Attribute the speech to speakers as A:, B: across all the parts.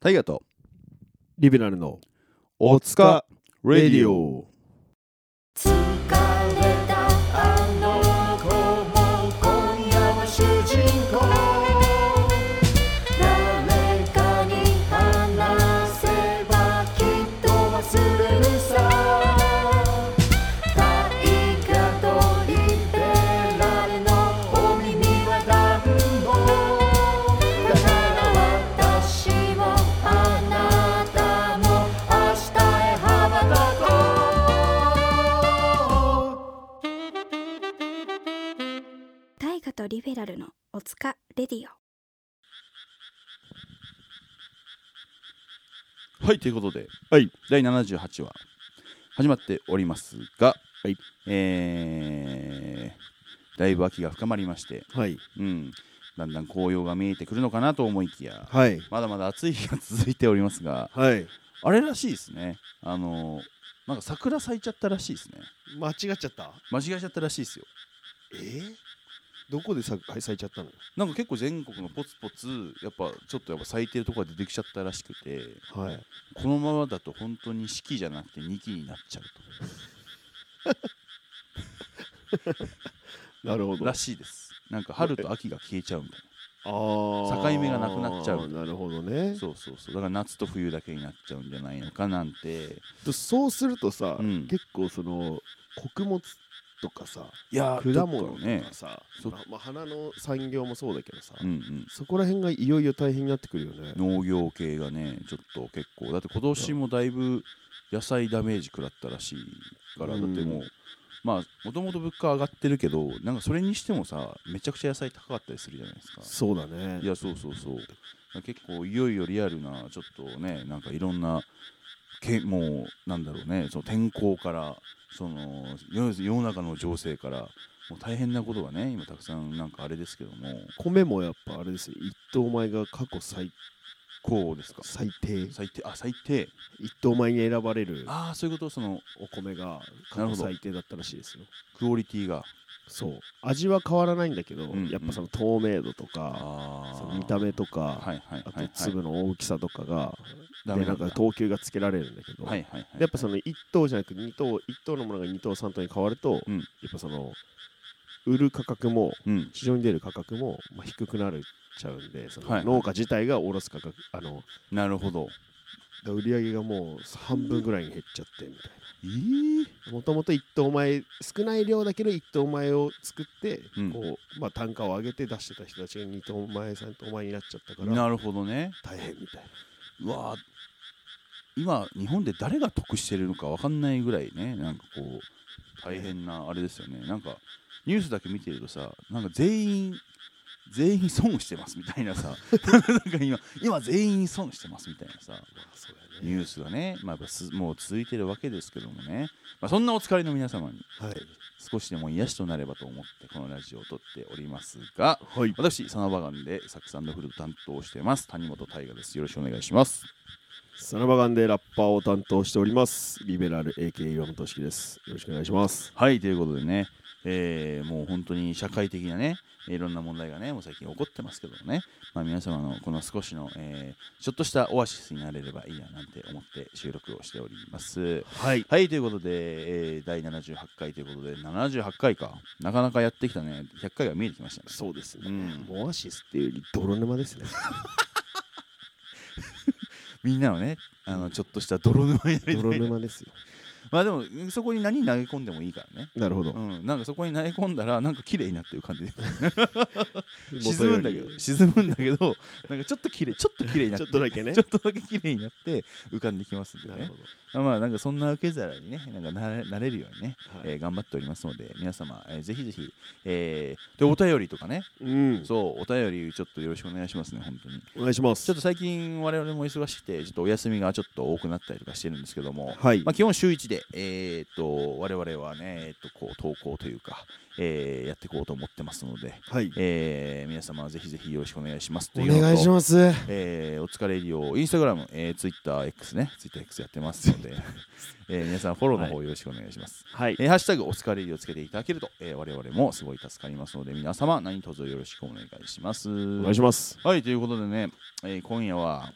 A: タイガと
B: リベラルの
A: おつか
B: か
A: レ
B: レ
A: デ
B: デ
A: ィ
B: ィ
A: オ
C: 疲れたあの子も今夜は主人公誰かに話せばきっと忘れるさ大河とリベラルのお耳は暖房だから私もあなたも明日へ羽ばたこう
D: 大河とリベラルのおつかレディオ
A: はいということで、
B: はい、
A: 第78話始まっておりますが、
B: はい
A: えー、だいぶ秋が深まりまして、
B: はい
A: うん、だんだん紅葉が見えてくるのかなと思いきや
B: はい
A: まだまだ暑い日が続いておりますが
B: はい
A: あれらしいですねあのなんか桜咲いちゃったらしいですね
B: 間違っちゃった
A: 間違えちゃったらしいですよ
B: えー、どこでさ咲いちゃったの
A: なんか結構全国のポツポツやっぱちょっとやっぱ咲いてるとこが出てきちゃったらしくて
B: はい
A: このままだと本当に四季じゃなくて二季になっちゃう
B: なるほ
A: と
B: ど
A: らしいですなんか春と秋が消えちゃうみたい
B: あー
A: 境目がなくなっちゃう
B: なるほどね
A: なそうそうそうだから夏と冬だけになっちゃうんじゃないのかなんて
B: そうそうするとさ、
A: うん
B: 結構その穀物とかさ
A: いや
B: 果物と
A: ね
B: かさ、
A: そ
B: まあまあ、花の産業もそうだけどさ、
A: うん
B: そこら辺がいよいよ大変になってくるよね
A: うん農業系がねちょっと結構だって今年もだいぶ野菜ダメージ食らったらしいからだ
B: う
A: っ
B: ん
A: てもうまあもともと物価上がってるけどなんかそれにしてもさめちゃくちゃ野菜高かったりするじゃないですか
B: そうだね
A: いやそうそうそう結構いよいよリアルなちょっとねなんかいろんなけもうなんだろうねその天候からその世世の中の情勢からもう大変なことがね今たくさんなんかあれですけども
B: 米もやっぱあれですよ一等米が過去最
A: こうですか
B: 最低
A: 最低あ最低
B: 一等米に選ばれる
A: ああそういうことその
B: お米が
A: な
B: 過
A: る
B: 去
A: ほど
B: 最低だったらしいですよ
A: クオリティが
B: そう味は変わらないんだけど、
A: うんうん
B: やっぱその透明度とか
A: あ
B: そ
A: ー
B: の見た目とか、
A: はいはい
B: あ
A: はい
B: と粒の大きさとかが、
A: ダ
B: で
A: メ
B: な
A: なん
B: ん
A: だ
B: か等級がつけられるんだけど、
A: はいはいはい
B: でやっぱその1等じゃなく2等1等のものが2等3等に変わると、
A: うん
B: やっぱその売る価格も
A: うん
B: 市場に出る価格もまあ低くなるちゃうんでそ
A: はいは
B: の
A: い
B: 農家自体が卸す価格、あの
A: なるほど
B: 売り上げがもう半分ぐらいに減っちゃってみたい
A: えー、
B: なもともと1等米少ない量だけど1等米を作って、
A: うん
B: こうまあ、単価を上げて出してた人たちが2等米3等米になっちゃったから
A: なるほどね
B: 大変みたいな
A: うわー今日本で誰が得してるのか分かんないぐらいねなんかこう大変なあれですよねなんかニュースだけ見てるとさなんか全員全員損してますみたいなさなんか今今全員損してますみたいなさ
B: まあそうだ
A: ニュースがね、まあ、やっぱすもう続いてるわけですけどもね、まあ、そんなお疲れの皆様に
B: はい
A: 少しでも癒しとなればと思ってこのラジオを撮っておりますが
B: はい
A: 私サナバガンでサックスフルート担当してます谷本大我ですよろしくお願いします
B: サラバガンでラッパーを担当しておりますリベラル AK 岩本俊樹ですよろしくお願いします
A: はいということでね、えーもう本当に社会的なねいろんな問題がねもう最近起こってますけどもね、まあ、皆様のこの少しの、えーちょっとしたオアシスになれればいいななんて思って収録をしております
B: はい
A: はいということで、えー第78回ということで78回かなかなかやってきたね100回が見えてきましたね
B: そうですね、
A: うん
B: もうオアシスっていうより泥沼です ね
A: みんなのねあのちょっとした泥沼になりたい
B: 泥沼ですよ
A: まあでもそこに何投げ込んでもいいからね
B: なるほど
A: うん、なんかそこに投げ込んだらなんか綺麗になってる感じで
B: 元
A: 沈
B: よ
A: むんだ
B: り
A: けど沈むんだけどなんかちょっと綺麗ちょっと綺麗になっ
B: ちょ
A: て
B: っとだけね
A: ちょっとだけ綺麗になって浮かんできますんで
B: なる
A: ね
B: ほど
A: まあなんかそんな受け皿にねなんかなれなれるようにね、
B: はい
A: えー頑張っておりますので皆様、えーぜひぜひ、えーでお便りとかね、
B: うん
A: そうお便りちょっとよろしくお願いしますね本当に
B: お願いしま
A: ち
B: す
A: ょっと最近我々も忙しくてちょっとお休みがちょっと多くなったりとかしてるんですけども、
B: はい
A: まあ、基本週1で、えーっと我々はね、えーっとこう投稿というか、えーやっていこうと思ってますので、
B: はい
A: えー皆様ぜひぜひよろしくお願いしますと
B: お
A: いうのと
B: 願いします
A: えーお疲れ利用インスタグラム、えー、ツイッター X ねツイッター X やってます ので、えー皆さんフォローの方よろしくお願いします、
B: はい
A: えーハッシュタグお疲れ利をつけていただけると、えー我々もすごい助かりますので皆様何卒よろしくお願いします
B: お願いします
A: はいということでね、えー今夜は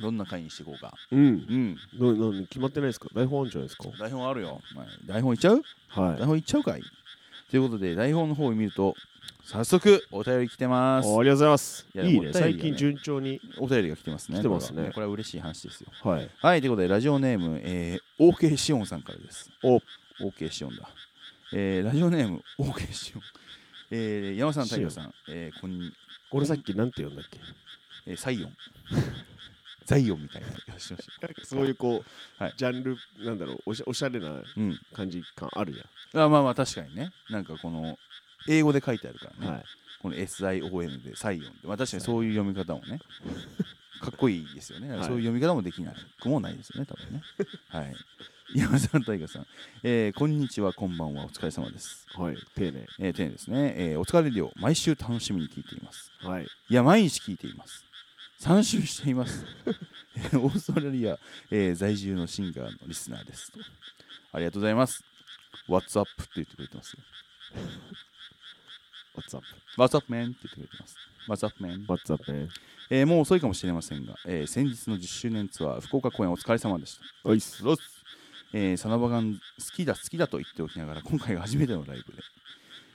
A: どんな回にしていこうか
B: うん
A: うん
B: どうなん決まってないですか台本あるんじゃないですか
A: 台本あるよ、まあ台本いっちゃう
B: はい
A: 台本いっちゃうかいということで台本の方を見ると早速お便り来て
B: ああ
A: ま
B: りが
A: す
B: とうございます
A: いや
B: いい
A: も
B: ね
A: ったいないよ
B: 最近
A: ね
B: 順調に
A: お便りが来てますね
B: 来てますね
A: これはこれは嬉しい話ですよ
B: はい
A: はいということでラジオネーム、えー、OK シオンさんからです
B: お
A: OK シオンだ、えー、ラジオネーム OK シオン、えー、山さん太陽さん、えー、こんに
B: これさっきなんて呼んだっけ
A: えー、サ イオンザイオンみたいなよしよし
B: そういうこう、
A: はい
B: ジャンルなんだろうおしゃおしゃれな
A: うん
B: 感じ感あるじ
A: あまあまあ確かにねなんかこの英語で書いてあるから
B: ゃん、
A: ね、この SION でサイオンで、まあ、確かにそういう読み方もねかっこいいですよね、
B: はい
A: そういう読み方もできなくもないですよね多分ねはい山さん大河さん、えーこんにちはこんばんはお疲れ様です
B: はいはい丁寧
A: えー、丁寧ですね、えーお疲れ量毎週楽しみに聞いています
B: はい
A: いや毎日聞いています3週していますえーオーストラリア、えー在住のシンガーのリスナーですとありがとうございます What's up って言ってくれてますよ
B: What's up
A: What's up man って言ってくれてます What's up man
B: What's up ね
A: えーもう遅いかもしれませんが、えー先日の10周年ツアー福岡公演お疲れ様でした
B: おいっす
A: ロス、えーサナバガン好きだ好きだと言っておきながら今回が初めてのライブで、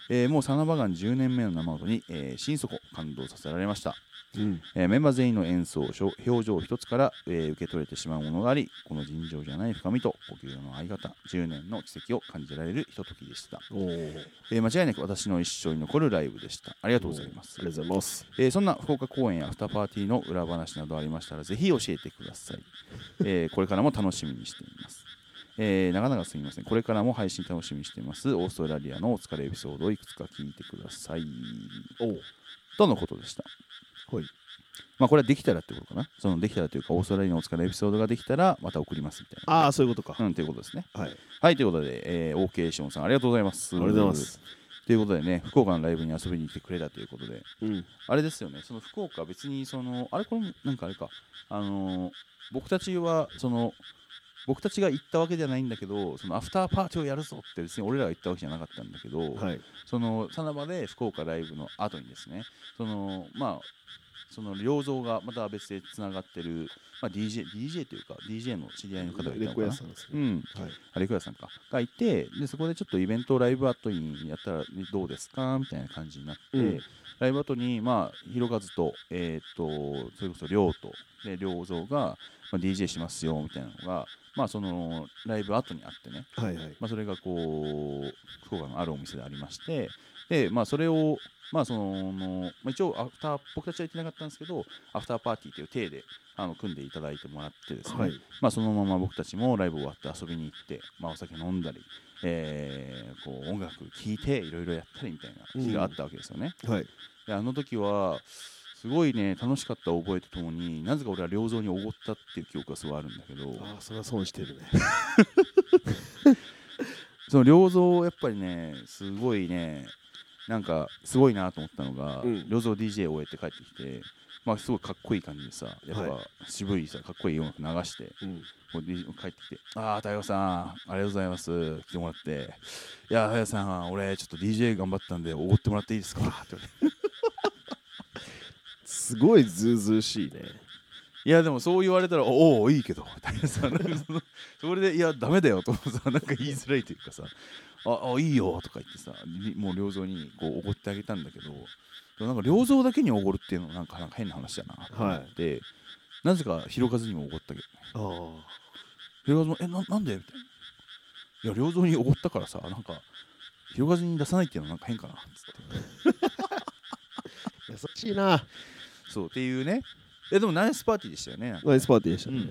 A: えーもうサナバガン10年目の生音に、えー心底感動させられました、
B: うん
A: えーメンバー全員の演奏しょ表情一つから、えー受け取れてしまうものがありこの尋常じゃない深みと呼吸の合い方10年の奇跡を感じられるひとときでした、
B: おおありが
A: えー間違いなく私の一生に残るライブでしたありがとうございます
B: ありがとうございます
A: えーそんな福岡公演やアフターパーティーの裏話などありましたらぜひ教えてください、えーこれからも楽しみにしています、えー長々すみませんこれからも配信楽しみにしていますオーストラリアのお疲れエピソードをいくつか聞いてください
B: お
A: とのことでした
B: おはい
A: まあこれはできたらってことかなそのできたらというかオーストラリアのお疲れエピソードができたらまた送りますみたいな
B: ああそういうことか、
A: うんということですね
B: はいあ
A: はいということで、えー、OK シオンさんありがとうございます
B: りがとうございます
A: ということでね福岡のライブに遊びに来てくれたということで
B: うん
A: あれですよね、その福岡、別にその、あれこれも、なんかあれか、あのー僕たちは、その、僕たちが行ったわけじゃないんだけど、そのアフターパーティーをやるぞって、別に俺らが行ったわけじゃなかったんだけど、
B: はい
A: その、さなばで福岡ライブの後にですね、その、まあ、その良造がまた別でつながってる、まあ、DJ、DJ というか、DJ の知り合いの方がいた
B: レ
A: の
B: コ
A: か
B: 屋
A: な。
B: さんです
A: う
B: ね、
A: ん、
B: はい
A: あれくらさんかがいてでそこでちょっとイベントをライブ後にやったらどうですかみたいな感じになって、
B: うん
A: ライブ後にまあひろかずとえっ、とそれこそりょうとでりょうぞうが、まあ、DJ しますよみたいなのがまあそのライブ後にあってね
B: はいはい
A: まあ、それがこう福岡のあるお店でありましてで、まあ、それを、まあそのまあ、一応アフター僕たちは行ってなかったんですけどアフターパーティーという体であの組んでいただいてもらってですね、
B: はい
A: まあ、そのまま僕たちもライブ終わって遊びに行って、まあ、お酒飲んだり、えーこう音楽聴いていろいろやったりみたいな日があったわけですよね。
B: はい
A: であの時はすごいね楽しかった覚えとともになぜか俺は良造におごったっていう記憶がすごいあるんだけど
B: ああそれは損してるね
A: その良造やっぱりねすごいねなんかすごいなと思ったのが、
B: うん
A: 良造 DJ を終えて帰ってきてまあすごいかっこいい感じでさやっ
B: は
A: ぱ渋いさかっこいい音楽流して
B: うん
A: こう DJ 帰ってきて「ああ太陽さんありがとうございます」来てもらって「いや太陽さん俺ちょっと DJ 頑張ったんでおごってもらっていいですか?」って言われて
B: すごいズうずうしいね
A: いやでもそう言われたら「おおいいけど」太陽さんなんかそのそれで「いやダメだよ」とさなんか言いづらいというかさ「ああいいよ」とか言ってさにもう良造にこうおごってあげたんだけどでもなんか良造だけにおごるっていうのはなんかなんか変な話だなと思って、なぜか広和にもおごったけどね
B: ああ
A: 広和も「えななんで?」みたいな「いや良造におごったからさなんか広和に出さないっていうのはなんか変かな」っつって
B: 優しいな
A: そうっていうねいやでもナイスパーティーでしたよね
B: ナイスパーティーでしたね、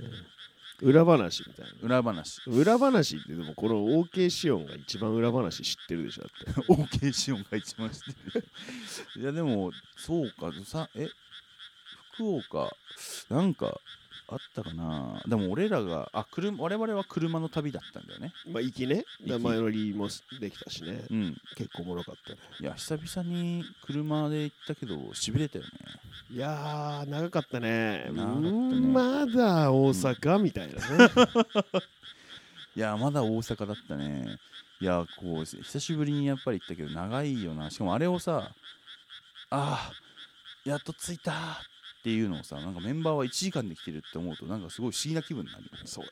B: 裏話みたいな
A: 裏話
B: 裏話ってでもこの OK シオンが一番裏話知ってるでしょだって
A: OK シオンが一番してる いやでもそうかさえ福岡なんかあったかなでも俺らがあ車我々は車の旅だったんだよね
B: まあ行きね
A: 行き
B: 前乗りもできたしね
A: うん
B: 結構おもろかったね
A: いや久々に車で行ったけどしびれたよね
B: いやー長かったね
A: 長かったね
B: うんまだ大阪、みたいなね
A: いやまだ大阪だったねいやこう久しぶりにやっぱり行ったけど長いよなしかもあれをさあーやっと着いたーっっていうのをさなんかメンバーは1時間で来てるって思うとなんかすごい不思議な気分になるよね
B: そう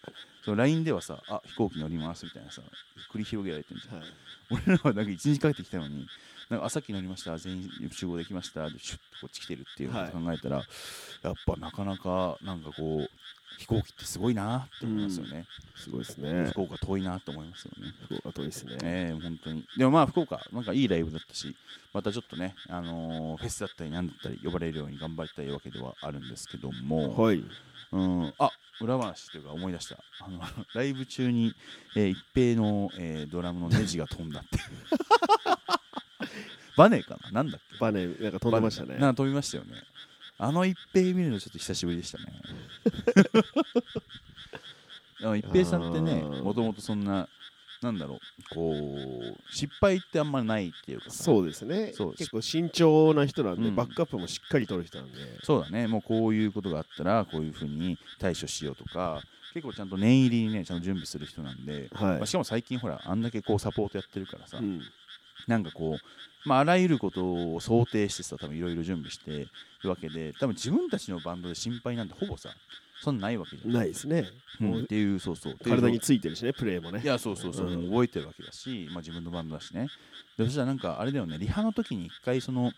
A: その LINE ではさ「あ飛行機乗ります」みたいなさ繰り広げられてるじゃん
B: はい、
A: 俺らはなんか1日かけてきたのになんか朝に乗りました全員集合できましたでシュッとこっち来てるっていうのを
B: はい
A: 考えたら、やっぱなかなかなんかこう飛行機ってすごいなって思いますよね、
B: すごいですね。
A: 福岡遠いなって思いますよね
B: 福岡遠いですね。
A: ええ本当にでもまあ福岡なんかいいライブだったしまたちょっとね、あのーフェスだったりなんだったり呼ばれるように頑張りたいわけではあるんですけども、
B: はい。
A: うんあ裏話というか思い出したあの ライブ中に、えー一平の、えードラムのネジが飛んだって バネかななんだっけ
B: バネ、なんか飛んでましたね。
A: なんか飛びましたよねあの一平見るのちょっと久しぶりでした ねあの一平さんってね
B: あー
A: もともとそんななんだろうこう失敗ってあんまないっていうかさ
B: そうですね
A: そう
B: 結構慎重な人なんで、
A: うん
B: バックアップもしっかり取る人なんで、
A: そうだねもうこういうことがあったらこういうふうに対処しようとか結構ちゃんと念入りにねちゃんと準備する人なんで、
B: はい
A: まあしかも最近ほらあんだけこうサポートやってるからさ、
B: うん
A: なんかこう、まあ、あらゆることを想定してさ多分いろいろ準備してるわけで多分自分たちのバンドで心配なんてほぼさそんなないわけじゃん、
B: ないですね、
A: うん
B: も
A: っ
B: う
A: ていうそうそう
B: 体に
A: い
B: ついてるしねプレーもね
A: やそうそうそう、
B: うん
A: もう覚えてるわけだし、まあ、自分のバンドだしねでそしたらなんかあれだよねリハの時に一回その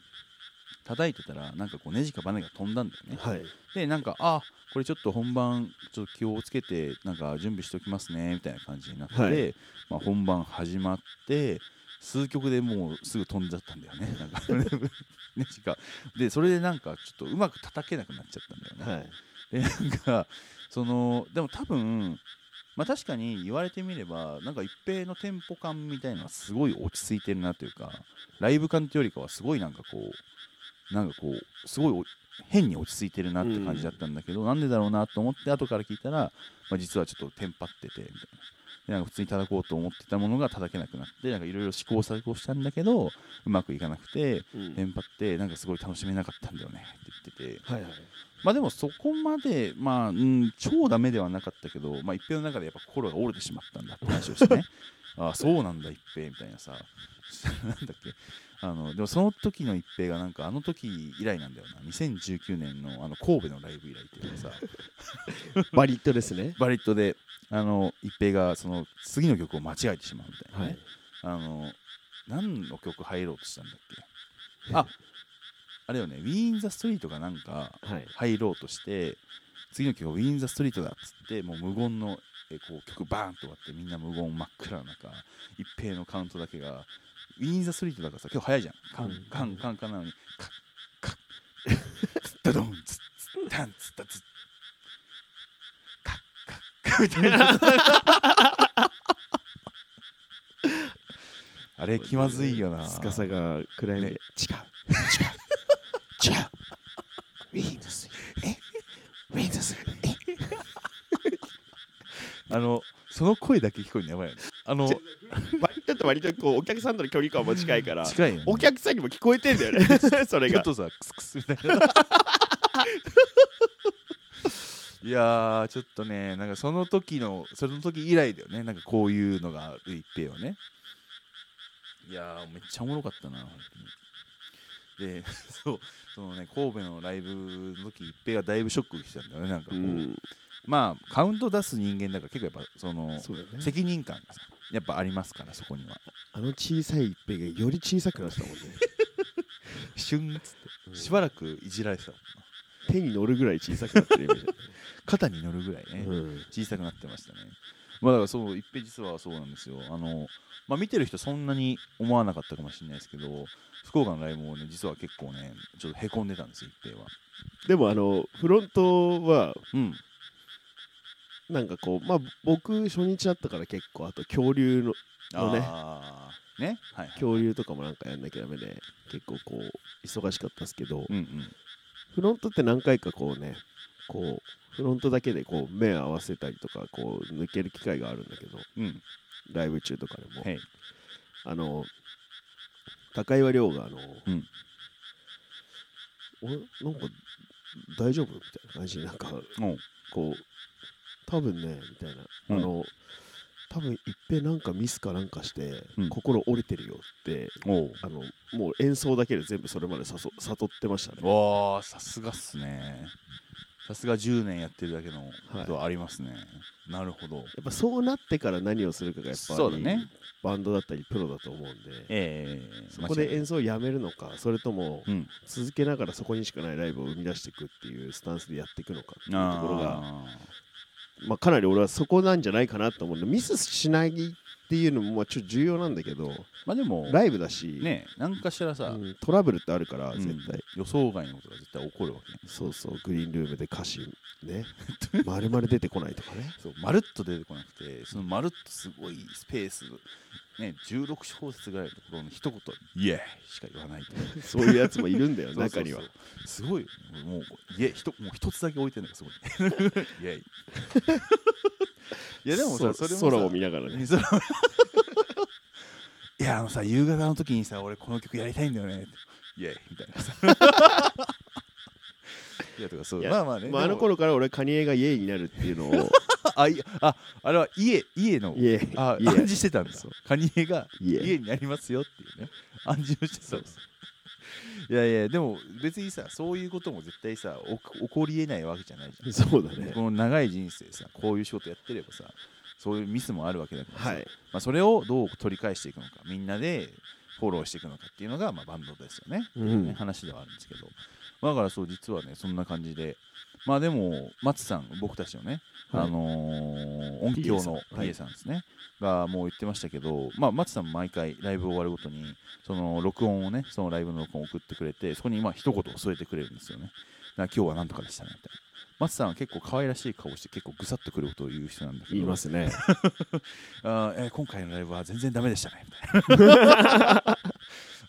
A: 叩いてたらなんかこうネジかバネが飛んだんだよね
B: はい
A: でなんかあこれちょっと本番ちょっと気をつけてなんか準備しておきますねみたいな感じになって、
B: はい
A: まあ、本番始まって数曲でもうすぐ飛んじゃったんだよねなんか ねしかでそれでなんかちょっとうまく叩けなくなっちゃったんだよね、
B: はい
A: でなんかそのでも多分まあ確かに言われてみればなんか一平のテンポ感みたいなのはすごい落ち着いてるなというかライブ感というよりかはすごいなんかこうなんかこうすごいお変に落ち着いてるなって感じだったんだけど、なんでだろうなと思って後から聞いたら、まあ、実はちょっとテンパっててみたいなでなんか普通に叩こうと思ってたものが叩けなくなってなんかいろいろ試行錯誤したんだけどうまくいかなくて
B: うん
A: テンパってなんかすごい楽しめなかったんだよねって言ってて
B: はいはい
A: まあでもそこまで、まあうん、超ダメではなかったけど、まあ、一平の中でやっぱ心が折れてしまったんだって話をしてねああそうなんだ一平みたいなさ そしたらなんだっけあのでもその時の一平がなんかあの時以来なんだよな2019年のあの神戸のライブ以来っていうかさ
B: バリットですね
A: バリットであの一平がその次の曲を間違えてしまうみたいなね、
B: はい
A: あの何の曲入ろうとしたんだっけああれよね「ウィーン・ザ・ストリート」がなんか
B: はい
A: 入ろうとして次の曲が「ウィン・ザ・ストリート」だっつってもう無言のえーこう曲バーンと終わってみんな無言真っ暗の中一平のカウントだけが「ウィン・ザ・ストリート」だからさ今日早いじゃんカン
B: うん
A: カンカンカンなのにカッカッツッダドンツッツッタンツッタツッカッカッカッみたいな。 あれ気まずいよな。
B: 司が暗闇で、違う
A: ね違う。ウィンズス。えウィンズス。あの、その声だけ聞こえるのやばいよね。あの、
B: 割と割とこうお客さんとの距離感も近いから
A: 近いよね。
B: お客さんにも聞こえてんだ よねそれ
A: ちょ
B: が
A: っとさ、クスクスみたい な。いやーちょっとねなんかその時のその時以来だよねなんかこういうのがある一平はねいやーめっちゃおもろかったな本当にで そうそのね神戸のライブの時一平がだいぶショック受けてたんだよねなんかこう、
B: うん
A: まあカウント出す人間だから結構やっぱその
B: そうだよね
A: 責任感がさやっぱありますからそこには
B: あの小さい一平がより小さくなってたもんね
A: シュンっつってしばらくいじられてたもんな
B: 手に乗るぐらい小さくなってるイメージだ
A: 肩に乗るぐらい
B: ね
A: ね、小さくなってましたねまあだからそう一平実はそうなんですよあのまあ見てる人そんなに思わなかったかもしれないですけど福岡のライブもね実は結構ねちょっとへこんでたんですよ一平は
B: でもあのフロントは
A: うん
B: なんかこうまあ僕初日だったから結構あと恐竜のそうね
A: あーねはいはい
B: 恐竜とかもなんかやんなきゃダメで結構こう忙しかったですけど、
A: うんうん
B: フロントって何回かこうねこうフロントだけでこう目合わせたりとかこう抜ける機会があるんだけど
A: うん
B: ライブ中とかでも、
A: はい
B: あの高岩亮があの、
A: うん
B: おなんか大丈夫みたいな感じでなんか
A: おう
B: こう多分ねみたいな、
A: うん
B: あの多分いっぺんなんかミスかなんかして、
A: うん
B: 心折れてるよって
A: おう
B: あのもう演奏だけで全部それまで誘悟ってましたね
A: わあさすがっすねさすが10年やってるだけのことはありますね、なるほど
B: やっぱそうなってから何をするかがやっぱり
A: そうだね
B: バンドだったりプロだと思うんで
A: ええ
B: そこで
A: 間違いない
B: 演奏をやめるのかそれとも
A: うん
B: 続けながらそこにしかないライブを生み出していくっていうスタンスでやっていくのかっていうところが
A: あ
B: まあ、かなり俺はそこなんじゃないかなと思うんでミスしないっていうのもまあちょっと重要なんだけど
A: ーまあでも
B: ライブだし、
A: ね何かしら
B: う
A: さ、
B: んトラブルってあるから
A: うん
B: 絶対、
A: 予想外のことが絶対起こるわけね
B: そうそうグリーンルームで歌詞ね 丸々出てこないとかね
A: そうまるっと出てこなくてそのまるっとすごいスペース、ね、16小節ぐらいのところの一言「イエーイ!」しか言わないという
B: そういうやつもいるんだよ 中には
A: そうそうそうすごいよもうイエーイひともう一つだけ置いてるのがすごい イ エーイいやでもさそれもさ
B: 空を見ながらね
A: 水原 いやあのさ夕方の時にさ俺この曲やりたいんだよねイエーイみたい なさいやとかそう
B: いや
A: まあまあね、
B: まあ、あ
A: で
B: の
A: も
B: 頃から俺カニエが家になるっていうの を
A: あいああれは家家の
B: 家
A: あ
B: 家
A: 暗示してたんだ
B: そう
A: カニエが
B: 家
A: 家になりますよっていうね暗示をしてたんですいやいやでも別にさそういうことも絶対さおく起こりえないわけじゃないじゃん
B: そうだね
A: この長い人生さこういう仕事やってればさそういうミスもあるわけだからさ、
B: はい
A: まあ、それをどう取り返していくのかみんなでフォローしていくのかっていうのが、まあ、バンドですよね,、
B: うん
A: ね話ではあるんですけどまあだからそう実はねそんな感じでまあでも松さん僕たちのね、
B: はい
A: あのー音
B: PA
A: 響の
B: さんはい
A: PA さんですね、がもう言ってましたけど、まあ、松さんも毎回ライブ終わるごとにその録音をねそのライブの録音を送ってくれてそこにまあ一言を添えてくれるんですよねだから今日はなんとかでしたねみたいな松さんは結構可愛らしい顔して結構ぐさっとくることを言う人なんだけど
B: 言いますね
A: あーえー今回のライブは全然ダメでしたねみたいな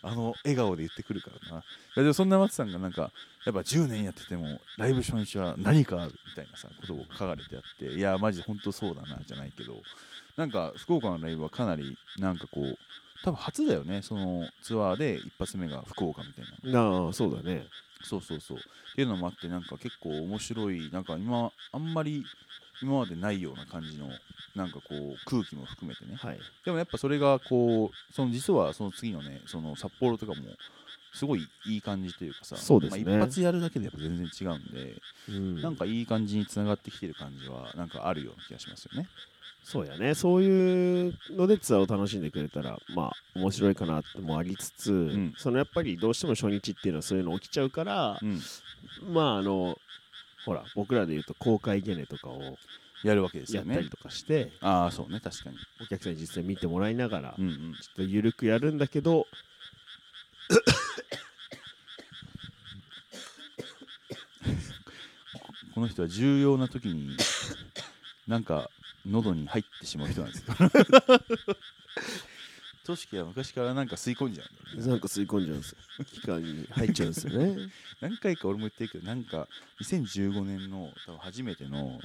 A: あの笑顔で言ってくるからないやでもそんな松さんがなんかやっぱ10年やっててもライブ初日は何かあるみたいなさことを書かれてあっていやマジで本当そうだなじゃないけどなんか福岡のライブはかなりなんかこう多分初だよねそのツアーで一発目が福岡みたいな
B: なあそうだね
A: そうそうそうっていうのもあってなんか結構面白いなんか今あんまり今までないような感じのなんかこう空気も含めてね
B: はい
A: でもやっぱそれがこうその実はその次のねその札幌とかもすごいいい感じというかさ
B: そうですね
A: まあ、一発やるだけでやっぱ全然違うんで、
B: うん
A: なんかいい感じにつながってきてる感じはなんかあるような気がしますよね。
B: そうやねそういうのでツアーを楽しんでくれたらまあ面白いかなってもありつつ、
A: ん
B: そのやっぱりどうしても初日っていうのはそういうの起きちゃうから
A: う、ん、
B: まああのほら僕らで言うと公開ゲネとかを
A: やるわけです
B: や
A: よ
B: った
A: ね
B: り。とかして、
A: ああそうね確かに。
B: お客さんに実際見てもらいながら、
A: うん
B: ちょ
A: うん、
B: っと緩くやるんだけど
A: この人は重要な時に なんか喉に入ってしまう人なんです よ。トシキは昔からなんか吸い込んじゃうんだよね
B: なんか吸い込んじゃうんですよ期間に入っちゃうんですよね
A: 何回か俺も言ってるけどなんか2015年の多分初めての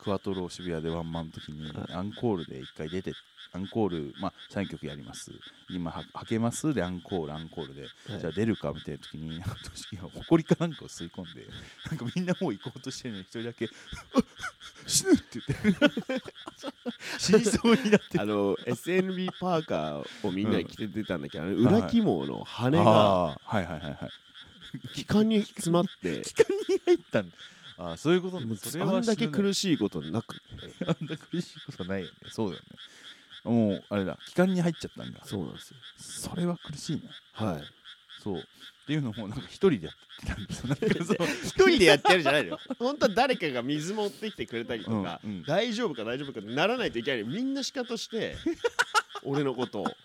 A: クワトロを渋谷でワンマンの時に
B: はい
A: アンコールで一回出てアンコール、まあ、3曲やります今ははけますでアンコールアンコールで、
B: はい
A: じゃあ出るかみたいな時になんかトシキが埃かなんかを吸い込んでなんかみんなもう行こうとしてるのに一人だけ 死ぬって言って 死にそうになって
B: あ
A: る
B: の SNB パーカーをみんなに着て出たんだけど、あの
A: はい
B: 裏起毛の羽が
A: ああはいはいはいはい
B: 気管に詰まって
A: 気管に入ったんだああそういうこと
B: で
A: ね
B: も
A: それは
B: あんだけ
A: 死ぬね
B: 苦しいことなく
A: あんな苦しいことないよね。そうだよね。もう、あれだ、期間に入っちゃったんだ。
B: そうなんですよ
A: それは苦しいな。
B: はい
A: そう。っていうのも、なんか一人でやってたんですよ。なんか そう。
B: 一人でやってるじゃないのよ 本当は誰かが水持ってきてくれたりとか、
A: うんうん
B: 大丈夫か大丈夫かならないといけないのにみんな鹿として 俺のこと を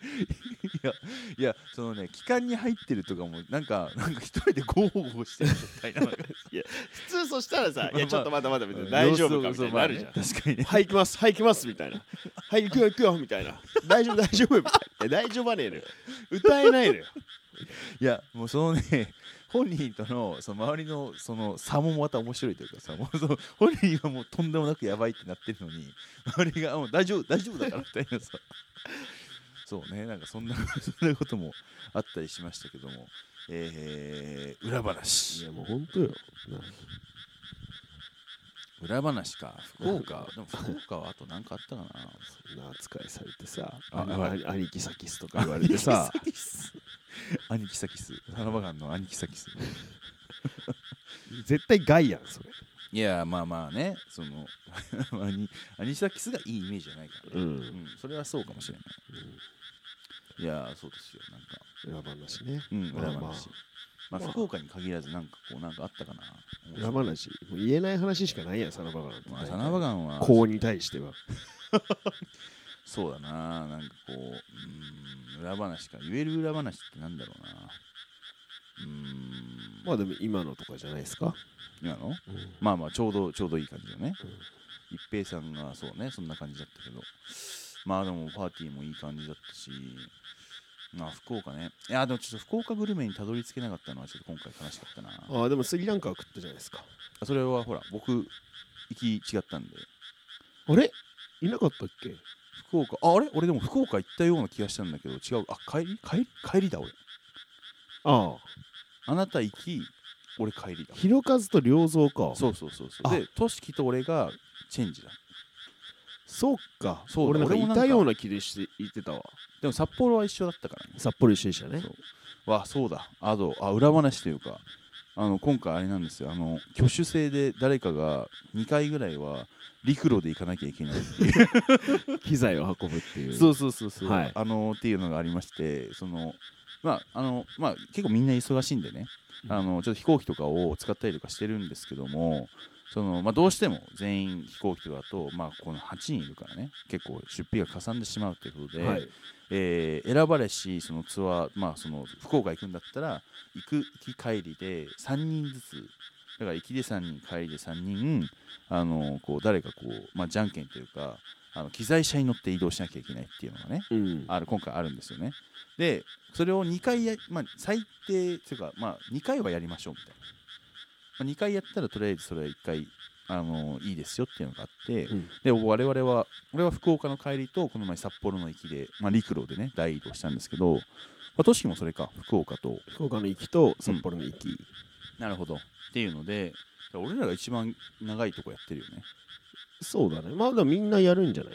A: いや、いや、そのね、期間に入ってるとかも、なんか、なんか一人でゴーゴーしてるみたいなのが。
B: 普通そしたらさ「い
A: まあ
B: やちょっと待て待て」みたいな「大丈夫か」みたいになるじゃん
A: そうまあね確かに ね。
B: はい行きますはい行きますみたいな「はい行くよ行くよ」みたいな「大丈夫大丈夫」みたいな「いや大丈夫はねえのよ歌えないのよ
A: いや、もうそのね、本人とのその周りのその差もまた面白いというかさ、もうその本人はもうとんでもなくやばいってなってるのに、周りがもう大丈夫、大丈夫だからみたいなさ。そうね、なんかそんなそんなこともあったりしましたけども、えー、裏話。
B: もう本当よ
A: 裏話か福岡でも福岡はあと何かあったかな
B: そんな扱いされてさ、
A: あ
B: あ
A: は
B: あ
A: い
B: 兄貴サキスとか言われてさ、
A: アニキサキスアニキサキス花場館のアニキサキス
B: 絶対害やん、それ。
A: いやまあまあねその アニアニキサキスがいいイメージじゃないからね、
B: う
A: うん
B: ん。
A: それはそうかもしれない、いやそうですよなんか
B: 裏話ね。
A: うん
B: まあ
A: 裏
B: まあ
A: 話まあ福岡に限らずなんかこうなんかあったかな
B: 裏話、もう言えない話しかないやん、サナバガンって。
A: まあ、サナバガンは
B: こうに対しては。
A: そうだななんかこううーん裏話か言える裏話ってなんだろうなうーん
B: まあでも今のとかじゃないですか。
A: 今の
B: うん
A: まあまあちょうどちょうどいい感じだね、
B: うん
A: 一平さんがそうねそんな感じだったけどまあでもパーティーもいい感じだったしまあ福岡ねいやでもちょっと福岡グルメにたどり着けなかったのはちょっと今回悲しかったな
B: ああ、でもスリランカは食ったじゃないですか。
A: それはほら僕行き違ったんで
B: あれいなかったっけ
A: 福岡ああれ俺でも福岡行ったような気がしたんだけど違うあ帰り帰り帰りだ俺
B: ああ、
A: あなた行き俺帰りだ
B: ひろかずと良造か。
A: そうそうそうそう
B: あ
A: でとしきと俺がチェンジだ
B: そうか。
A: そう
B: 俺なんか
A: 俺も
B: い
A: なんか
B: たような気でして言ってたわ。
A: でも札幌は一緒だったからね
B: 札幌一緒でしたね
A: そ。うわそうだあとあ裏話というかあの今回あれなんですよあの挙手制で誰かが2回ぐらいは陸路で行かなきゃいけないっていう
B: 機材を運ぶっていう。
A: そうそうそうそう、
B: はい
A: あのっていうのがありましてそのまああのまあ結構みんな忙しいんでね
B: うん
A: あのちょっと飛行機とかを使ったりとかしてるんですけどもそのまあ、どうしても全員飛行機とかだと、まあ、この8人いるからね結構出費がかさんでしまうということで、
B: はい。
A: えー選ばれしそのツアー、まあ、その福岡行くんだったら行く行き帰りで3人ずつだから行きで3人帰りで3人あのこう誰かこう、まあ、じゃんけんというかあの機材車に乗って移動しなきゃいけないっていうのがね
B: うん。
A: ある今回あるんですよねでそれを2回や、まあ、最低というか、まあ、2回はやりましょうみたいな、まあ、2回やったらとりあえずそれは1回あのいいですよっていうのがあって、
B: うん
A: で我々は俺は福岡の帰りとこの前札幌の行きで、まあ、陸路でね大移動したんですけど、まあ、都市もそれか福岡と
B: 福岡の行きと札幌の行き。
A: なるほどっていうので俺らが一番長いとこやってるよね
B: そうだね。まあでもみんなやるんじゃない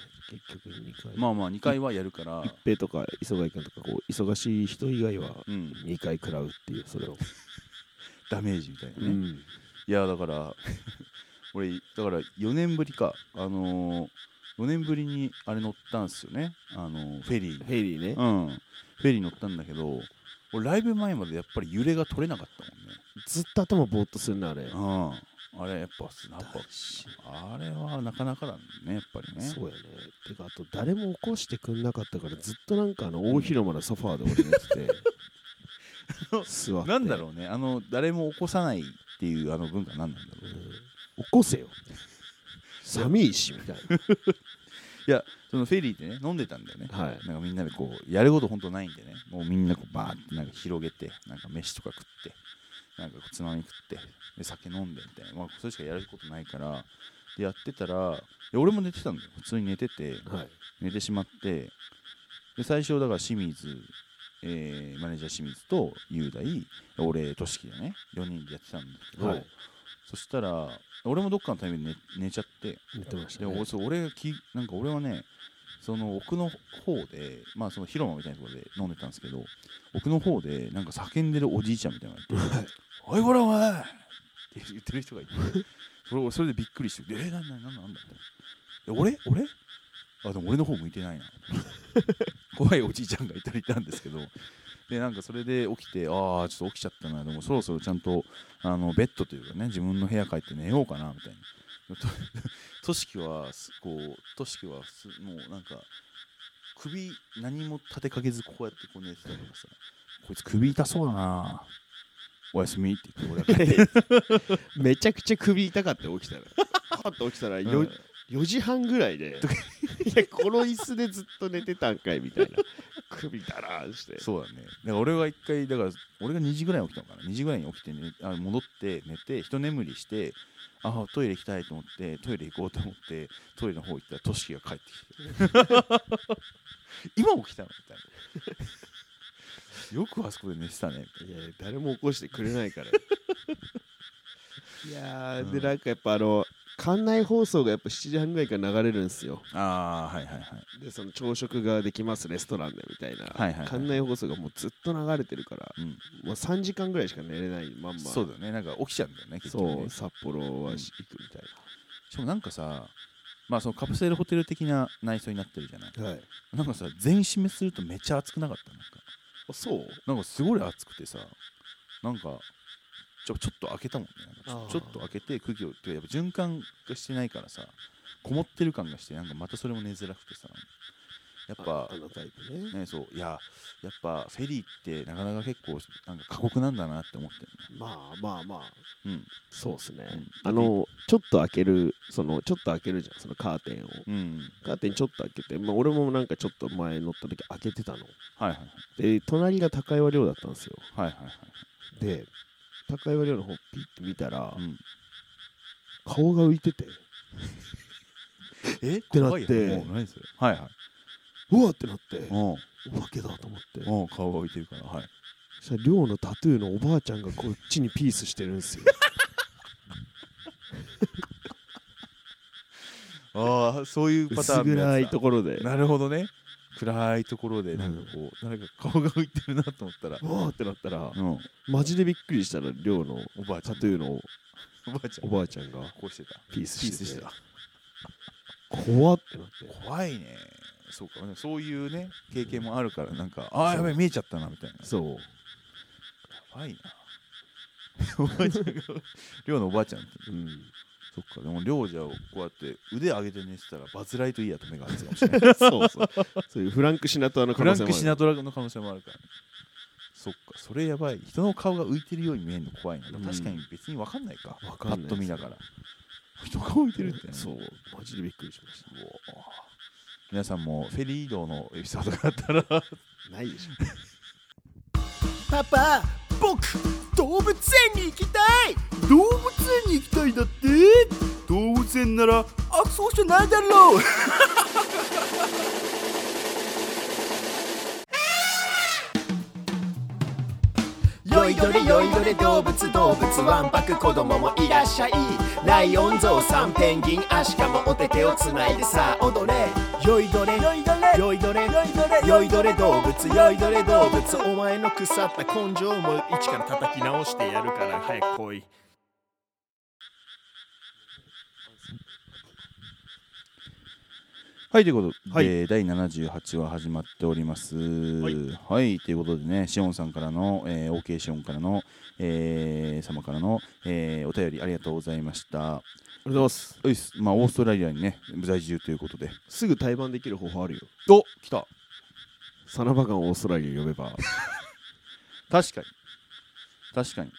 B: 結局2回。
A: まあまあ2回はやるから
B: 一平とか磯貝君とかこう忙しい人以外は
A: うん
B: 2回食らうっていうそれを、
A: ダメージみたいなね、
B: ん、
A: いやだから 俺だから4年ぶりかあのー、4年ぶりにあれ乗ったんですよねあのー、フェリーに
B: ヘリーね
A: うんフェリー乗ったんだけど俺ライブ前までやっぱり揺れが取れなかった
B: ずっと頭ぼーっとするなあれ、
A: もんねうんあれやっぱやっぱあれはなかなかだねやっぱりね
B: そうやねてかあと誰も起こしてくんなかったからずっとなんかあの大広間のソファーで 俺寝てて座って
A: なんだろうねあの誰も起こさないっていうあの文化何なんだろう、
B: う
A: ね
B: ん、起こせよ寒いしみたい
A: いやそのフェリーでね飲んでたんだよね、
B: はい
A: なんかみんなでこうやること本当ないんでねもうみんなこうバーってなんか広げてなんか飯とか食ってなんかこうつまみ食ってで酒飲んでみたいな、まあ、それしかやることないからでやってたらで俺も寝てたんだよ普通に寝てて
B: な、はい、
A: 寝てしまってで最初だから清水、えーマネージャー清水と雄大俺俊樹でね4人でやってたんですけど、
B: はい
A: そしたら俺もどっかのタイミングで寝寝ちゃって
B: 寝てました
A: で
B: ね
A: 俺そう俺がきなんか俺はねその奥の方でまあその広間みたいなところで飲んでたんですけど奥の方でなんか叫んでるおじいちゃんみたいなのがいて「おいこらお前!」って言ってる人がいてそれ俺それでびっくりして「えー、なんだなんだなんだ」ってで俺俺あでも俺の方向いてないな 怖いおじいちゃんがいたりいたんですけどでなんかそれで起きてああちょっと起きちゃったなでもそろそろちゃんとあのベッドというかね自分の部屋帰って寝ようかなみたいな。ととしきはすこうとしきはすもうなんか首何も立てかけずこうやってこう寝てたりとかさこいつ首痛そうだなおやすみって言って俺は帰って
B: めちゃくちゃ首痛かって起き たらパッと起きたらよ、4時半ぐらいでいやこの椅子でずっと寝てたんかいみたいな首だらーんして
A: そうだね。だから俺は一回、だから俺が2時ぐらいに起きたのかな。2時ぐらいに起きて寝あ戻って寝て、一眠りして、あトイレ行きたいと思って、トイレ行こうと思って、トイレの方行ったら、トシキが帰ってきて。今起きたのみたいな。よくあそこで寝てたね。みたい
B: いや誰も起こしてくれないからいやー、
A: うん
B: でなんかやっぱあの館内放送がやっぱ7時半ぐらいから流れるんですよ
A: ああはいはいはい
B: でその朝食ができますレストランでみたいな、
A: はいはいはい
B: 館内放送がもうずっと流れてるから、
A: うん
B: もう3時間ぐらいしか寝れないまんま
A: そうだよねなんか起きちゃうんだよね結
B: そう
A: 局ね
B: 札幌はし行くみたい
A: しかもなんかさまあそのカプセルホテル的な内装になってるじゃない
B: な、はい、
A: なんかさ全締めするとめっちゃ暑くなかったなんか
B: あそう
A: なんかすごい暑くてさなんかちょちょっと開けたもんねなん
B: あ
A: か
B: ー
A: ちょちょっと開けて空気をてかやっぱ循環がしてないからさこもってる感がしてなんかまたそれも寝づらくてさやっぱ
B: あのタイプね
A: ねそういややっぱフェリーってなかなか結構なんか過酷なんだなって思って
B: まあまあまあ
A: るね
B: そうですね
A: うん
B: あのちょっと開けるそのちょっと開けるじゃんそのカーテンを
A: うんうん
B: カーテンちょっと開けて、まあ、俺もなんかちょっと前乗った時開けてたの
A: はいはい
B: で隣が高岩亮だったんですよ
A: はいはい
B: で高岩亮の方ピッて見たら、
A: はい、うん、
B: 顔が浮いてて
A: えって
B: なって
A: もう何それはいはいう
B: わってなって
A: おう
B: お化けだと思って
A: おう顔が浮いてるからはい
B: そしたら亮のタトゥーのおばあちゃんがこっちにピースしてるんですよ
A: ああそういう パター
B: 薄
A: ンのやつだ
B: 暗いところで
A: なるほどね暗いところでなんかこう、誰か顔が浮いてるなと思ったら、
B: うわーってなったら
A: うん、
B: マジでびっくりしたら亮の
A: おばあちゃ
B: タ
A: ん
B: トゥーの
A: おばあちゃ
B: お
A: ん
B: ばあちゃんが
A: こうしてた
B: ピース
A: ピー
B: して
A: ス
B: て
A: してた
B: 怖ってなって
A: 怖いねそうかでもそういうね経験もあるからなんかああやべえ見えちゃったなみたいな
B: そう
A: やばいなおばあちゃんが寮のおばあちゃんって
B: うん
A: そっかでも寮じゃこうやって腕上げて寝てたらバズ・ライトイヤーと目が合ってたかもしれない
B: そうそうそういうフランク・シナトラの可
A: フラ
B: 能
A: ン
B: 性もあ
A: ク・
B: る
A: シナトラの可能性もあるから、ね、そっかそれやばい人の顔が浮いてるように見えるの怖いな、でも確かに別に分かんないか
B: わ
A: パ
B: かんない
A: ッと見ながら人が浮いてるってね
B: そうマジでびっくりしまし
A: うおー皆さんもフェリー移動のエピソードがあったら
B: たないでしょ
C: パパ僕動物園に行きたい動物園に行きたいだって動物園ならあそうじゃないだろう よいどれよいどれ動物動物わんぱく子供もいらっしゃいライオンゾウさんペンギンアシカもお手手をつないでさあ踊れよいどれよいどれよいどれよいどれよいどれ動物よいどれ動物お前の腐った根性も一から叩き直してやるから早く来い
A: はいということで、
B: はい
A: 第78話始まっております。はい、ということでね、シオンさんからの、えー、OK シオンからの、えー、様からの、えー、お便りありがとうございまし
B: あり
A: た。
B: がとうございます
A: ういっす、まあ、オーストラリアにね、在住ということで。
B: すぐ対バンできる方法あるよ
A: お来た
B: サナバガンオーストラリア呼べば
A: 確かに。確かに。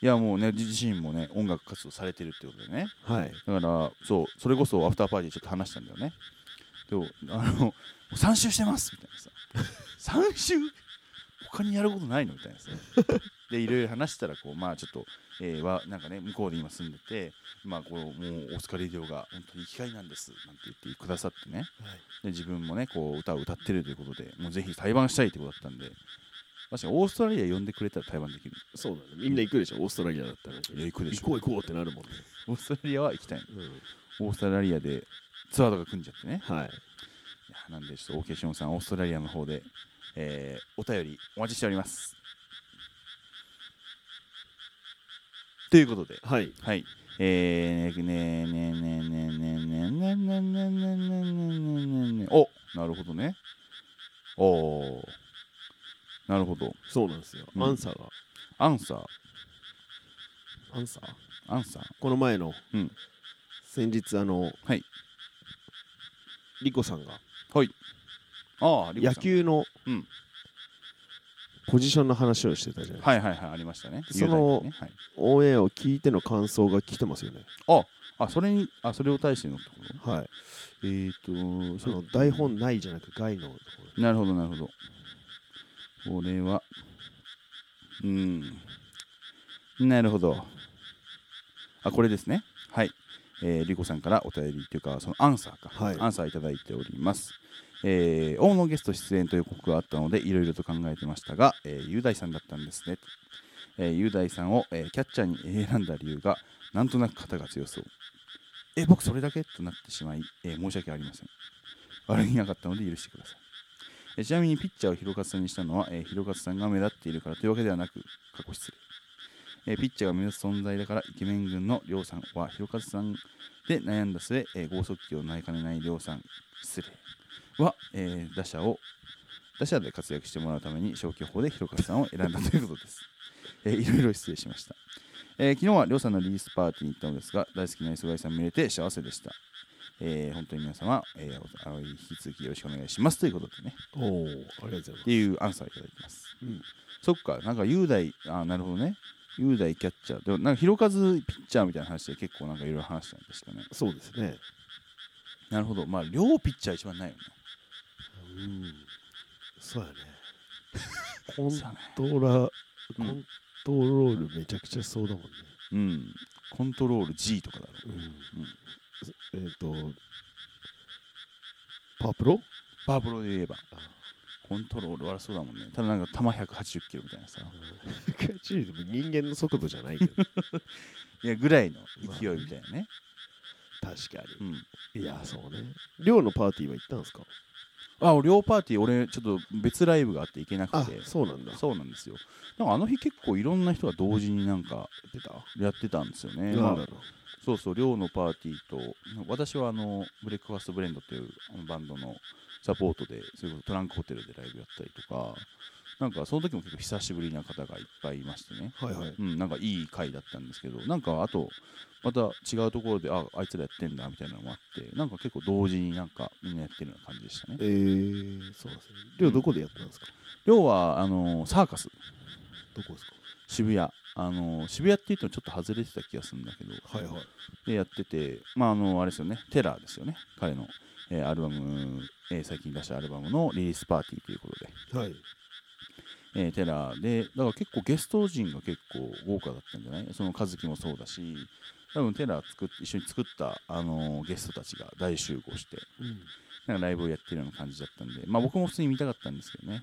A: いや、もうね、自自身もね、音楽活動されてるってことでね。
B: はい
A: だから、そう、それこそアフターパーティーでちょっと話したんだよね。でも、あの、もう3周してますみたいなさ。3周他にやることないのみたいなさ。で、いろいろ話したら、こう、まあちょっと、えーは、なんかね、向こうで今住んでて、まあこう、もう、オスカレディオが本当に生きがいなんです、なんて言ってくださってね。で、自分もね、こう、歌を歌ってるということで、もうぜひ対バンしたいってことだったんで、確かにオーストラリア呼んでくれたら対バンできる。
B: そうだねみんな行くでしょオーストラリアだったら
A: いや行くでしょ
B: 行こう行こうってなるもんね、
A: オーストラリアは行きたいの。オーストラリアでツアーとか組んじゃってね。
B: はい
A: いやなんでちょっとオーケーションさんオーストラリアの方で、えーお便りお待ちしておりますということで
B: はい
A: はいえー、ねねねねねねねねねねねねねねねおなるほどねおーなるほど
B: そうなんですよ、
A: うん
B: アンサーが
A: アンサー
B: アンサー
A: アンサー
B: この前の、
A: うん
B: 先日あの
A: はい
B: リコさんが
A: はいああリコさ
B: 野
A: ん
B: 球の
A: うん
B: ポジションの話をしてたじゃない、
A: はいはいはいありましたね
B: その
A: 雄大君ね
B: オンエアを聞いての感想が来てますよね
A: はい、ああそれにあそれを対してのってこと
B: はい
A: えーと
B: その台本ないじゃなく外のとこ
A: なるほどなるほどこれはうんなるほどあこれですねはいえー、リコさんからお便りというかそのアンサーか、
B: はい
A: アンサーいただいておりますえー、大野ゲスト出演という告があったのでいろいろと考えてましたが、えー、雄大さんだったんですねとえー雄大さんを、えーキャッチャーに選んだ理由がなんとなく肩が強そうえ僕それだけとなってしまい、えー申し訳ありません悪いなかったので許してくださいえーちなみにピッチャーを広勝さんにしたのは、えー、広勝さんが目立っているからというわけではなく過去失礼、えーピッチャーが目立つ存在だからイケメン軍の亮さんは広勝さんで悩んだ末、えー剛速球を投げかねない亮さん失礼は、えー打者を打者で活躍してもらうために消去法で広勝さんを選んだということです、えーいろいろ失礼しましたえー昨日はりょうさんのリリースパーティーに行ったのですが、大好きな磯貝さん見れて幸せでした。えー本当に皆様、えーおあの引き続きよろしくお願いしますということでね、
B: おお、ありがとうございま
A: っていうアンサーをいただいてます。
B: うん
A: そっか、なんか雄大、あなるほどね、雄大キャッチャー、でもなんか広和ピッチャーみたいな話で結構なんかいろいろ話したんですかね。
B: す。そうですね。
A: なるほど、まあ、両ピッチャー一番ないよね。
B: うん。そうやね。コン
A: そうだね
B: トロー
A: う
B: コ
A: ん
B: ントロールめちゃくちゃそうだもんね。
A: うん、コントロール G とかだろ。
B: うん。えっ、と、パープロ
A: パープロで言えば
B: あ。
A: コントロール悪そうだもんね。ただなんか球180キロみたいなさ。
B: カチュウでも人間の速度じゃないけど、確
A: いや、ぐらいの勢いみたいなね。
B: か
A: うん。
B: に。いや、そうね。寮のパーティーは行ったんですか
A: あ、両パーティー、俺、ちょっと別ライブがあって行けなく
B: あ
A: て、、
B: そうなんだ。
A: そうなんですよ。なんかあの日、結構いろんな人が同時になんか
B: 出た
A: やってたんですよね。
B: なん
A: ま
B: だ
A: あ
B: ろう。
A: そうそう、両のパーティーと、私はあのブレックファーストブレンドっていうあのバンドのサポートで、それこそトランクホテルでライブやったりとか、なんかその時も結構久しぶりな方がいっぱいいましてね。
B: はいはい。
A: うん、なんかいい回だったんですけどなんかあとまた違うところでああいつらやってんだみたいなのもあってなんか結構同時になんかみんなやってるような感じでしたね
B: えー、そうなんですね。寮どこでやったんですか
A: 要はあのーサーカス
B: どこですか
A: 渋谷あのー渋谷って言ってもちょっと外れてた気がするんだけど、
B: はい。
A: でやっててまああのあれですよねテラーですよね彼の、えーアルバム、えー最近出したアルバムのリリースパーティーということで、
B: はい。
A: えーテラーでだから結構ゲスト陣が結構豪華だったんじゃないその和樹もそうだし多分テラー作っ一緒に作った、あのーゲストたちが大集合してなんかライブをやってるような感じだったんでまあ僕も普通に見たかったんですけどね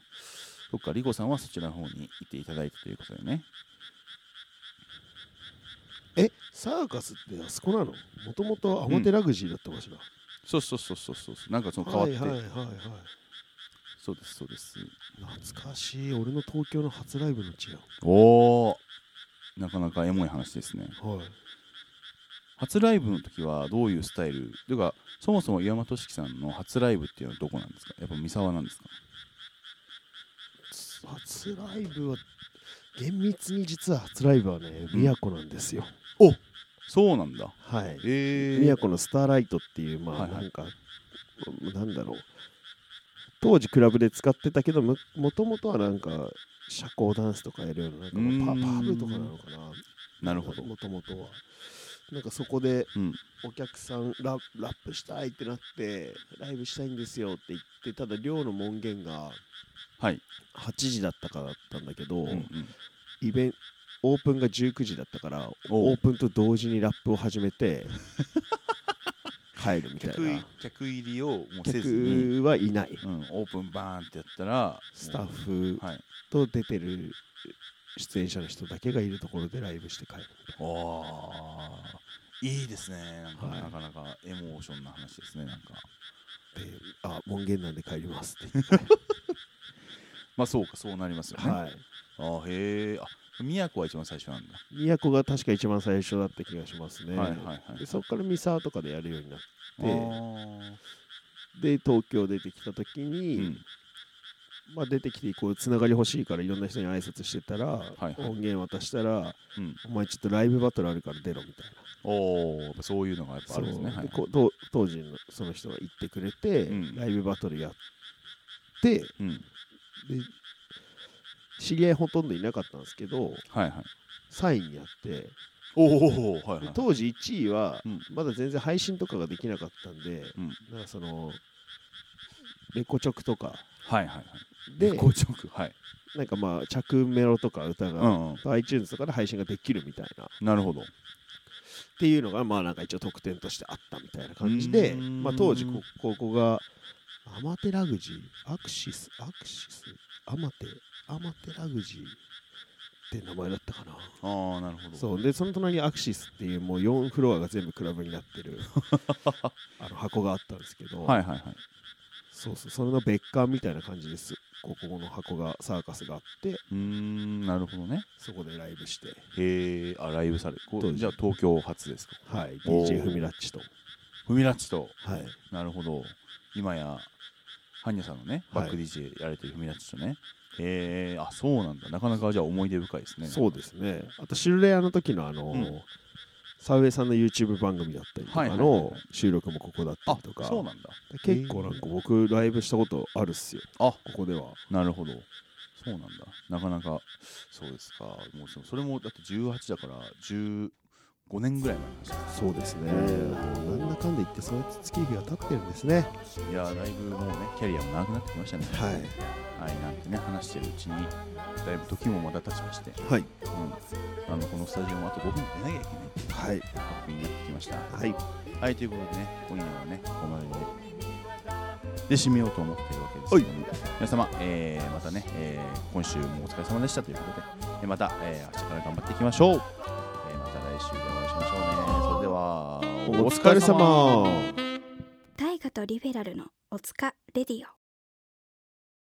A: そっかリコさんはそちらの方に行っていただいたということでね
B: え、サーカスってあそこなのもともとアモテラグジーだった場所だ。
A: そうそうそうそうそうそうなんかその変わって、
B: はいはいはいはい。
A: そうですそうです
B: 懐かしい。俺の東京の初ライブの地や
A: おおなかなかエモい話ですね
B: ん。はい。
A: 初ライブの時はどういうスタイルというかそもそも岩間俊樹さんの初ライブっていうのはどこなんですかやっぱ三沢なんですか
B: 初ライブは、厳密に実は初ライブはね、
A: うん
B: 宮古なんですよ。
A: そうなんだ
B: はい。
A: え
B: 宮古のスターライトっていう、ま
A: は
B: あ
A: いはい
B: なんか、なんだろう。当時クラブで使ってたけど、ももともとはなんか、社交ダンスとかやるような、なんかまあ
A: うー
B: パパ
A: ん
B: ブとかなのかな。
A: なるほど
B: もともとは。なんかそこで
A: うん
B: お客さんララップしたいってなってライブしたいんですよって言ってただ寮の門限が
A: はい、
B: 8時だったからだったんだけど、
A: うんうん
B: イベンオープンが19時だったから
A: おう
B: オープンと同時にラップを始め て帰るみたい
A: 客い
B: な
A: 客入りをもうせずに、
B: 客はいない
A: うん、オープンバーンってやったら
B: スタッフ
A: はい
B: と出てる出演者の人だけがいるところでライブして帰るみたい
A: おーいいですねなんか、
B: はい
A: なかなかエモーションな話ですねなんか
B: なであ門限なんで帰りますって
A: まあそうかそうなりますよね、
B: はい
A: ああへえあ宮古は一番最初なんだ
B: 宮古が確か一番最初だった気がしますね、
A: はいはいはい
B: でそこから三沢とかでやるようになっ
A: あー
B: てで東京出てきた時に、
A: うん
B: まあ、出てきてこうつながり欲しいからいろんな人に挨拶してたら、
A: はい
B: 音源渡したら
A: うん
B: お前ちょっとライブバトルあるから出ろみたいな
A: おお、やっぱそういうのがやっぱあるんですね。
B: そう
A: はい
B: でこうと当時のその人が言ってくれて、
A: うん
B: ライブバトルやってで
A: うん、
B: 知り合いほとんどいなかったんですけど
A: はいはい。
B: 3位にやってで
A: おお、はいはい。
B: 当時1位は
A: うん
B: まだ全然配信とかができなかったんで、
A: うん
B: なんかそのレコチョクとか
A: はいはいはい。
B: で
A: レコチョク、はい。
B: なんかまあ着メロとか歌
A: う
B: が、
A: ん、うん、
B: iTunes とかで配信ができるみたいな
A: なるほど。
B: っていうのがまあなんか一応特典としてあったみたいな感じで、
A: うーん
B: まあ、当時こここがアマテラグジーアクシスアクシスアマテアマテラグジーって名前だったかな
A: ああなるほど
B: そうでその隣にアクシスっていうもう4フロアが全部クラブになって るあの箱があったんですけど、
A: はいはいはい
B: そうそうそれの別館みたいな感じですここの箱がサーカスがあって
A: うーんなるほどね
B: そこでライブして
A: へえあライブされこ
B: そう
A: う
B: です
A: じゃあ東京初ですか
B: はい
A: おー
B: DJ フミラッチと
A: フミラッチと
B: はい
A: なるほど今やハンニャさんのね
B: はい
A: バック DJ やれてるフミラッチとね、へえあそうなんだなかなかじゃあ思い出深いですね
B: そうですね。あと、シルレアの時のあの、
A: うん
B: サウェイさんの YouTube 番組だったりと
A: は
B: か
A: いはいはい
B: の
A: はい
B: 収録もここだった
A: あ
B: りとか、
A: そうなんだ
B: で結構なんか僕、ライブしたことあるっすよ、
A: あ
B: ここでは。
A: なるほどそうなんだなかなかそうですかもうそそれもだって18だから15年ぐらい前の話で
B: そうですね。もうなんだかんだ言って、その月日が経ってるんですね。
A: すいやーだいぶもうねキャリアも長くなってきましたね
B: はい。
A: 愛なんてね話してるうちにだいぶ時もまた経ちまして、
B: はい。
A: うん、あのこのスタジオもあと5分で出なきゃいけないっていう
B: はい。
A: 確認になってきました
B: はい。
A: はい、ということでね、今夜はね、ここまでで。で、締めようと思ってるわけですけども、皆様、えーまたね、えー今週もお疲れ様でしたということで、えーまた、えー明日から頑張っていきましょう。えーまた来週でお会いしましょうね。それでは、
B: お疲れ様。
D: 大河とリベラルのおつかレディオ